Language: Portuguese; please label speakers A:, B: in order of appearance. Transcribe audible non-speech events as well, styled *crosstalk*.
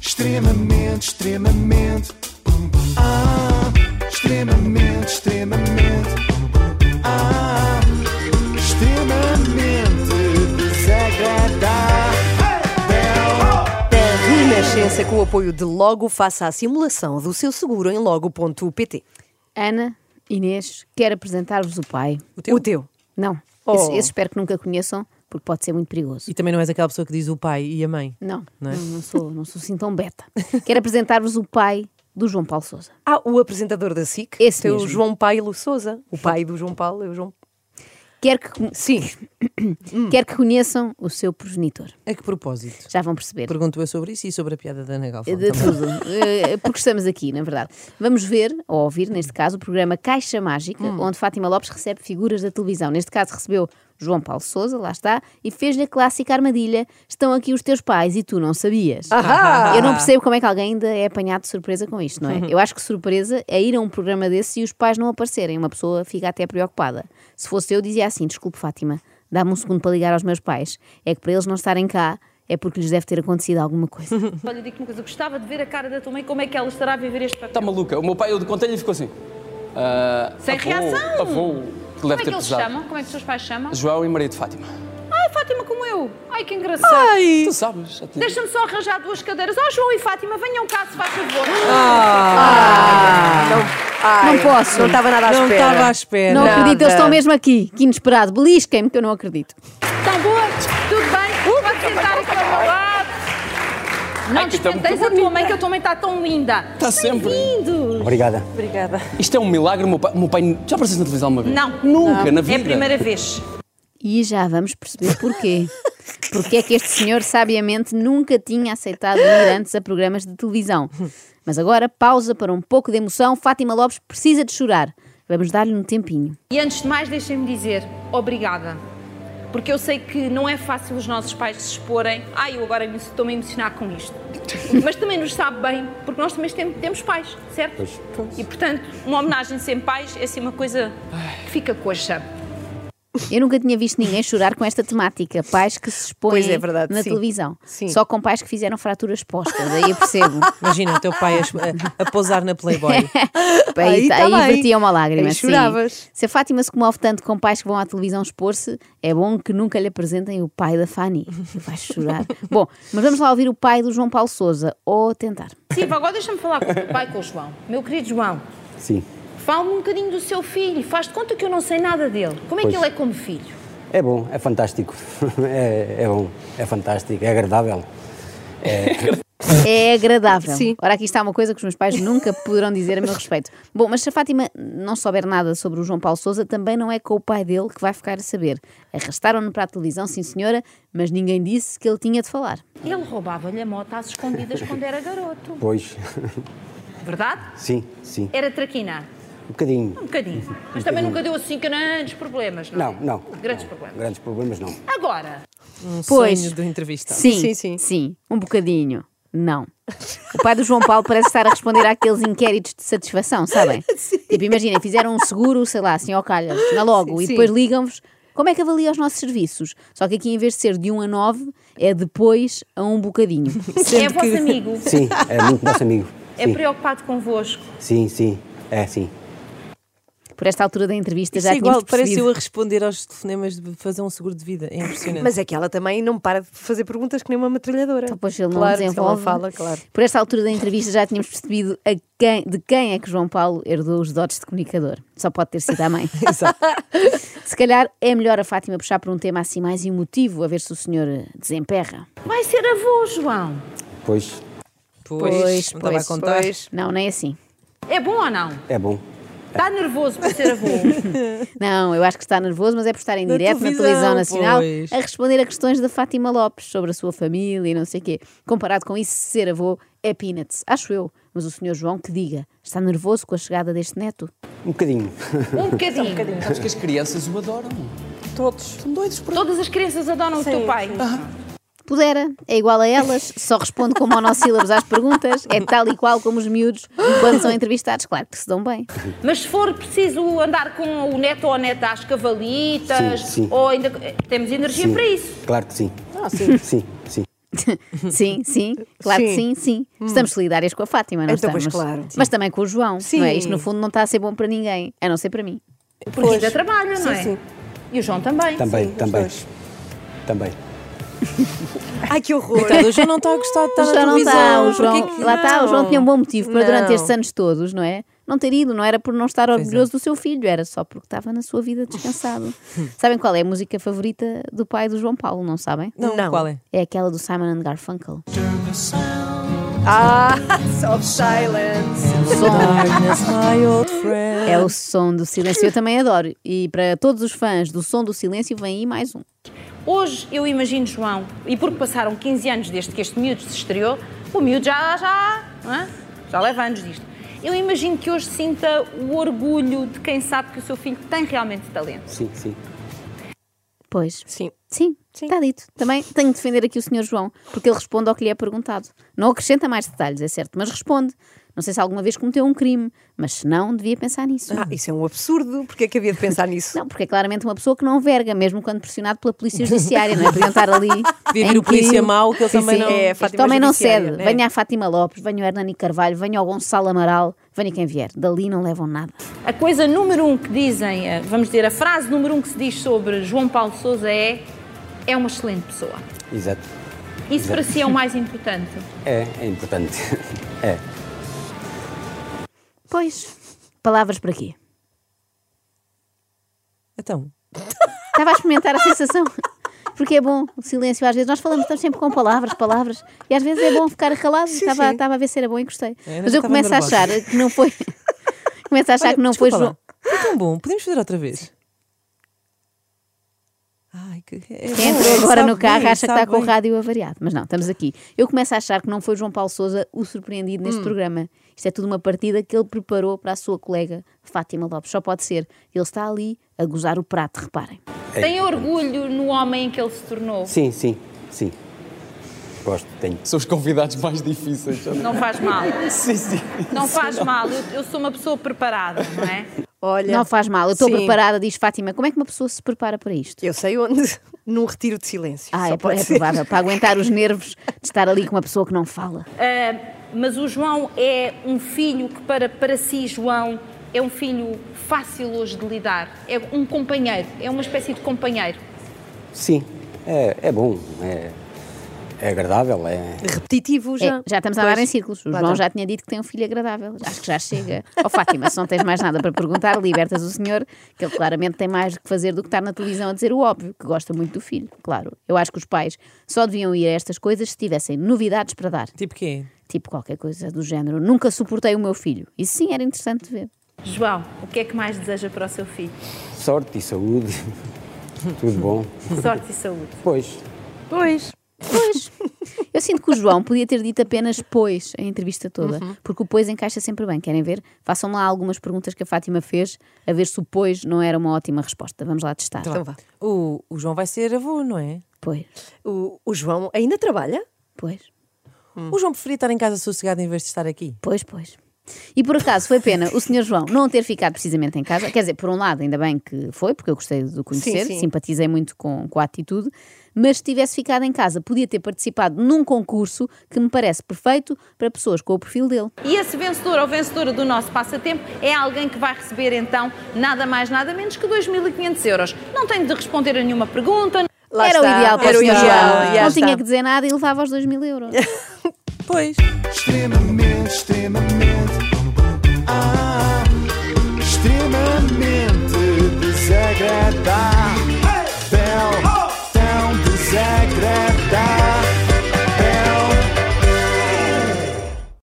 A: Extremamente, extremamente. Ah, extremamente, extremamente. Ah, extremamente desagradável.
B: A Renascença com o apoio de Logo faça a simulação do seu seguro em logo.pt.
C: Ana, Inês, quero apresentar-vos o pai.
B: O teu? O teu.
C: Não,
B: Oh.
C: esse, esse espero que nunca conheçam, porque pode ser muito perigoso.
D: E também não és aquela pessoa que diz o pai e a mãe.
C: Não,
D: Não
C: não,
D: é?
C: não sou, não sou assim tão beta. *laughs* Quero apresentar-vos o pai do João Paulo Sousa.
B: Ah, o apresentador da SIC.
C: Esse
B: teu
C: mesmo.
B: João Paulo Souza. O pai do João Paulo é o João.
C: Quero que, con-
B: Sim.
C: *coughs* quero que conheçam o seu progenitor.
D: A que propósito?
C: Já vão perceber.
D: Pergunto eu sobre isso e sobre a piada da Ana Galvão.
C: De
D: também.
C: tudo. Eh, Porque estamos aqui, na verdade. Vamos ver, ou ouvir, neste caso, o programa Caixa Mágica, onde Fátima Lopes recebe figuras da televisão. Neste caso, recebeu João Paulo Souza, lá está, e fez-lhe a clássica armadilha: estão aqui os teus pais e tu não sabias.
B: Ahá!
C: Eu não percebo como é que alguém ainda é apanhado de surpresa com isto, não é? Eu acho que surpresa é ir a um programa desse e os pais não aparecerem. Uma pessoa fica até preocupada. Se fosse eu, dizia assim: desculpe, Fátima, dá-me um segundo para ligar aos meus pais. É que para eles não estarem cá. É porque lhes deve ter acontecido alguma coisa.
E: Olha, digo-te uma coisa, eu gostava de ver a cara da tua mãe, como é que ela estará a viver este papel.
F: Tá maluca? O meu pai, eu contei-lhe e ficou assim. ah,
E: Sem
F: avô,
E: reação.
F: Avô, que
E: como
F: deve
E: é que
F: ter
E: eles
F: pesado.
E: chamam? Como é que os teus pais chamam?
F: João e Maria de Fátima.
E: Ai, Fátima, como eu. Ai, que engraçado.
F: Tu sabes? já tinha-
E: Deixa-me só arranjar duas cadeiras. Ó, João e Fátima, venham cá, se faz favor. Ah.
B: Não, ai,
C: Não posso.
B: Não estava nada à
D: Não
B: espera.
D: estava à espera.
C: Não
B: Nada.
C: acredito, eles estão mesmo aqui. Que inesperado. Belisquem-me que eu não acredito.
E: Estão boas? Tudo bem? Pode sentar aqui ao meu lado. Não
F: que tá muito
E: despenteis a tua mãe, que a tua mãe está tão linda. É
F: Tá sempre.
E: Bem-vindos.
G: Obrigada.
F: Isto é um milagre, o meu pai. o meu pai- já apareceste na televisão uma vez?
E: Não.
F: Nunca, na
E: É
F: vida.
E: a primeira vez.
C: E já vamos perceber porquê. Porque é que este senhor, sabiamente, nunca tinha aceitado ir antes a programas de televisão. Mas agora, pausa para um pouco de emoção. Fátima Lopes precisa de chorar. Vamos dar-lhe um tempinho.
E: E antes de mais, deixem-me dizer obrigada. Porque eu sei que não é fácil os nossos pais se exporem. Ai, eu agora me- estou-me a emocionar com isto. Mas também nos sabe bem, porque nós também tem- temos pais, certo? E portanto, uma homenagem sem pais é assim uma coisa que fica coxa.
C: Eu nunca tinha visto ninguém chorar com esta temática. Pais que se expõem
B: Pois é, verdade,
C: na
B: sim.
C: televisão.
B: Sim.
C: Só com pais que fizeram fraturas postas. Aí eu percebo.
D: Imagina o teu pai a, a posar na
C: *laughs*
D: Playboy.
B: Aí
C: Aí,
B: tá
C: aí
B: bem.
C: vertia uma lágrima.
B: Aí
C: sim.
B: choravas.
C: Se a Fátima se comove tanto com pais que vão à televisão expor-se, é bom que nunca lhe apresentem o pai da Fanny. Vai
B: *laughs*
C: chorar. bom, mas vamos lá ouvir o pai do João Paulo Souza, ou tentar.
E: Silva, agora deixa-me falar com o teu pai, com o João. Meu querido João,
G: Sim.
E: fala-me um bocadinho do seu filho. Faz de conta que eu não sei nada dele. Como é
G: Pois.
E: que ele é como filho?
G: É bom, é fantástico. *laughs* É, é bom, é fantástico, é agradável.
C: É agradável. Ora, aqui está uma coisa que os meus pais nunca poderão dizer a meu respeito. Bom, mas se a Fátima não souber nada sobre o João Paulo Souza, também não é com o pai dele que vai ficar a saber. Arrastaram-no para a televisão, sim senhora, mas ninguém disse que ele tinha de falar.
E: Ele roubava-lhe a moto às escondidas quando era garoto.
G: Pois, *laughs*
E: Verdade?
G: sim, sim.
E: Era traquinar.
G: Um bocadinho.
E: Um bocadinho. Mas também nunca deu assim grandes problemas, não?
G: Não, não.
E: Grandes
G: não.
E: problemas.
G: Grandes problemas não.
E: Agora,
D: Um
C: Pois.
D: sonho de entrevista.
C: Sim,
B: Sim,
C: sim,
B: sim.
C: sim. um bocadinho. Não. O pai do João Paulo parece estar a responder àqueles inquéritos de satisfação, sabem? Tipo, imaginem, fizeram um seguro, sei lá, assim, ao calhas, na logo, e depois ligam-vos. Como é que avalia os nossos serviços? Só que aqui, em vez de ser de 1 a 9, é depois a um bocadinho.
E: é vosso amigo,
G: *laughs* Sim, é muito nosso amigo.
E: é
G: Sim,
E: preocupado convosco.
G: sim, sim. É, sim.
C: Por esta altura da entrevista
D: Isso
C: já
D: é
C: tínhamos
D: igual, parece eu
C: percebido.
D: a responder aos telefonemas de fazer um seguro de vida. É impressionante.
B: Mas é que ela também não para de fazer perguntas que nem uma metralhadora.
C: Então, pois ele
B: claro,
C: não
B: se ela
C: desenvolve.
B: fala, claro.
C: Por esta altura da entrevista já tínhamos percebido a quem- de quem é que João Paulo herdou os dotes de comunicador. Só pode ter sido a
B: *laughs*
C: mãe. Se calhar é melhor a Fátima puxar por um tema assim mais emotivo, a ver se o senhor eh, desemperra.
E: Vai ser avô, João.
G: Pois,
D: Pois,
C: Pois,
D: não estava a
C: pois,
D: contar.
B: pois.
C: Não, nem assim.
E: É bom ou não?
G: é bom.
E: Está nervoso por
G: *laughs*
E: ser avô? Um
C: Não, eu acho que está nervoso, mas é por estar em
D: Na
C: direto na
D: televisão,
C: televisão nacional
D: pois.
C: a responder a questões da Fátima Lopes sobre a sua família e não sei o quê. Comparado com isso, ser avô é peanuts, acho eu. Mas o senhor João que diga, está nervoso com a chegada deste neto?
E: *laughs*
G: Um bocadinho.
E: Um bocadinho.
F: Sabes que as crianças o adoram.
D: Todos.
F: Estão doidos por
E: Todas as crianças adoram o teu pai.
C: Pudera, é igual a elas, só responde com monossílabos às perguntas, é tal e qual como os miúdos quando são entrevistados, claro que se dão bem.
E: Mas se for preciso andar com o neto ou a neta às cavalitas,
G: Sim, sim.
E: ou ainda. Temos energia
G: Sim.
E: é para isso.
G: Claro que *laughs* sim. Ah, sim. Sim, sim.
C: Sim, sim, claro que
B: Sim.
C: sim, sim.
D: Hum.
C: Estamos solidárias com a Fátima, não
B: Então, pois,
C: estamos?
B: claro.
C: Mas também com o João.
B: Sim.
C: Não é? Isto no fundo não está a ser bom para ninguém, a não ser para mim.
E: Porque ainda trabalha, não é?
D: sim.
E: E o João também.
G: Também,
D: Sim, os
G: também.
D: dois.
G: Também.
B: Ai, que horror.
D: Coitado, o João não está a gostar de estar
C: o
D: na
C: João não
D: televisão.
C: está, o
D: Porquê
C: João,
D: que
C: lá está, o João
D: não?
C: tinha um bom motivo para
D: Não.
C: durante estes anos todos, não é? Não ter ido, não era por não estar
D: é.
C: orgulhoso do seu filho, era só porque estava na sua vida
D: *laughs*
C: descansado. sabem qual é a música favorita do pai do João Paulo, não sabem?
D: Não,
B: Não.
D: qual é?
C: É aquela do Simon and Garfunkel.
B: Ah, soft silence.
D: Darkness, my
C: *laughs*
D: old friend.
C: É o som do silêncio. Eu também adoro. E para todos os fãs do som do silêncio, vem aí mais um.
E: Hoje eu imagino João, e porque passaram 15 anos desde que este miúdo se estreou, o miúdo já, já, não é? já leva anos disto. Eu imagino que hoje sinta o orgulho de quem sabe que o seu filho tem realmente talento.
G: Sim, sim.
C: Pois.
D: Sim.
C: Sim, está dito. Também tenho que defender aqui o Sr. João, porque ele responde ao que lhe é perguntado. Não acrescenta mais detalhes, é certo, mas responde. Não sei se alguma vez cometeu um crime, mas se não, devia pensar nisso.
B: Ah, isso é um absurdo. Porquê é que havia de pensar nisso?
C: Não, porque é claramente uma pessoa que não verga, mesmo quando pressionado pela polícia judiciária, não é? Podiam estar ali.
D: *laughs* Devia
C: em
D: vir o polícia
C: quilo.
D: mau, que ele também não- É, a
C: Este
D: Fátima
C: homem não
D: judiciária,
C: cede.
D: né?
C: Venha a Fátima Lopes, venha o Hernani Carvalho, venha o Gonçalo Amaral, venha quem vier. Dali não levam nada.
E: A coisa número um que dizem, eh, vamos dizer, a frase número um que se diz sobre João Paulo Souza é: é uma excelente pessoa.
G: Exato.
E: Isso para si é o mais importante.
G: É, é importante. *laughs* É.
C: Pois, palavras para quê?
D: Então,
C: Estava a experimentar a sensação. Porque é bom o silêncio às vezes. Nós falamos estamos sempre com palavras, palavras. E às vezes é bom ficar calado. Estava, estava a ver se era bom e gostei.
D: Ainda
C: Mas eu
D: estava
C: começo a
D: nervosa.
C: achar que
D: *laughs*
C: não foi. começo a achar
D: Olha,
C: que não foi
D: desculpa lá.
C: João.
D: É tão bom, podemos fazer outra vez. Ai, que é
C: Quem
D: bom,
C: entrou agora
D: sabe
C: no carro
D: bem,
C: acha que
D: sabe
C: está com o
D: bem.
C: rádio avariado. Mas não, estamos aqui. Eu começo a achar que não foi João Paulo Souza o surpreendido
D: Hum.
C: neste programa. Isto é tudo uma partida que ele preparou para a sua colega Fátima Lopes. Só pode ser. Ele está ali a gozar o prato, reparem.
E: Tem orgulho no homem em que ele se tornou.
G: Sim, sim, sim. Gosto, tenho.
F: São os convidados mais difíceis. sabe?
E: Não faz mal.
F: Sim, sim.
E: Não faz mal. Eu, eu sou uma pessoa preparada, não é?
B: Olha,
C: Não faz mal, eu estou
B: Sim.
C: preparada, diz Fátima. Como é que uma pessoa se prepara para isto?
B: Eu
D: *laughs*
B: sei onde. Num retiro de silêncio.
C: Ah,
B: Só
C: é, pro-
B: pode
C: é
B: ser.
C: provável, para aguentar
B: *laughs*
C: os nervos de estar ali com uma pessoa que não fala.
E: Ah, mas o João é um filho que, para, para si, João, é um filho fácil hoje de lidar. É um companheiro, é uma espécie de companheiro.
G: Sim, é, é bom. É, é agradável. É,
B: Repetitivo
C: É,
B: já.
C: já estamos a
B: Pois. então.
C: andar em círculos. O
B: Lá
C: João
B: está.
C: já tinha dito que tem um filho agradável. Acho que já chega. Ó Fátima, se não tens mais nada para perguntar, libertas o senhor, que ele claramente tem mais que fazer do que estar na televisão a dizer o óbvio, que gosta muito do filho. Claro, eu acho que os pais só deviam ir a estas coisas se tivessem novidades para dar.
D: Tipo quê?
C: Tipo qualquer coisa do género. Nunca suportei o meu filho. Isso sim era interessante de ver.
E: João, o que é que mais deseja para o seu filho?
G: sorte e saúde. *laughs* Tudo bom.
E: Sorte e saúde.
G: Pois,
B: Pois.
C: Pois. Eu sinto que o João podia ter dito apenas pois a entrevista toda,
B: Uhum.
C: porque o pois encaixa sempre bem. Querem ver? Façam lá algumas perguntas que a Fátima fez, a ver se o pois não era uma ótima resposta. Vamos lá testar.
B: Então vá.
D: O, o João vai ser avô, não é?
C: Pois,
B: O, o João ainda trabalha?
C: pois, Hum.
D: O João preferia estar em casa sossegado em vez de estar aqui.
C: pois, pois. E por acaso foi pena o Sr. João não ter ficado precisamente em casa. Quer dizer, por um lado, ainda bem que foi, porque eu gostei de o conhecer,
B: sim.
C: simpatizei muito com, com a atitude, mas se tivesse ficado em casa, podia ter participado num concurso que me parece perfeito para pessoas com o perfil dele.
E: E esse vencedor ou vencedora do nosso passatempo é alguém que vai receber então nada mais, nada menos que 2.500 euros. Não tem de responder a nenhuma pergunta.
B: Lá
C: era
B: está.
C: o ideal para
B: Era
C: o
B: o
C: senhor
B: ideal,
C: João.
B: já
C: Não
B: está.
C: tinha que dizer nada e levava os 2 mil euros.
D: Pois.
A: extremamente, extremamente, ah, extremamente desagradável, tão desagradável.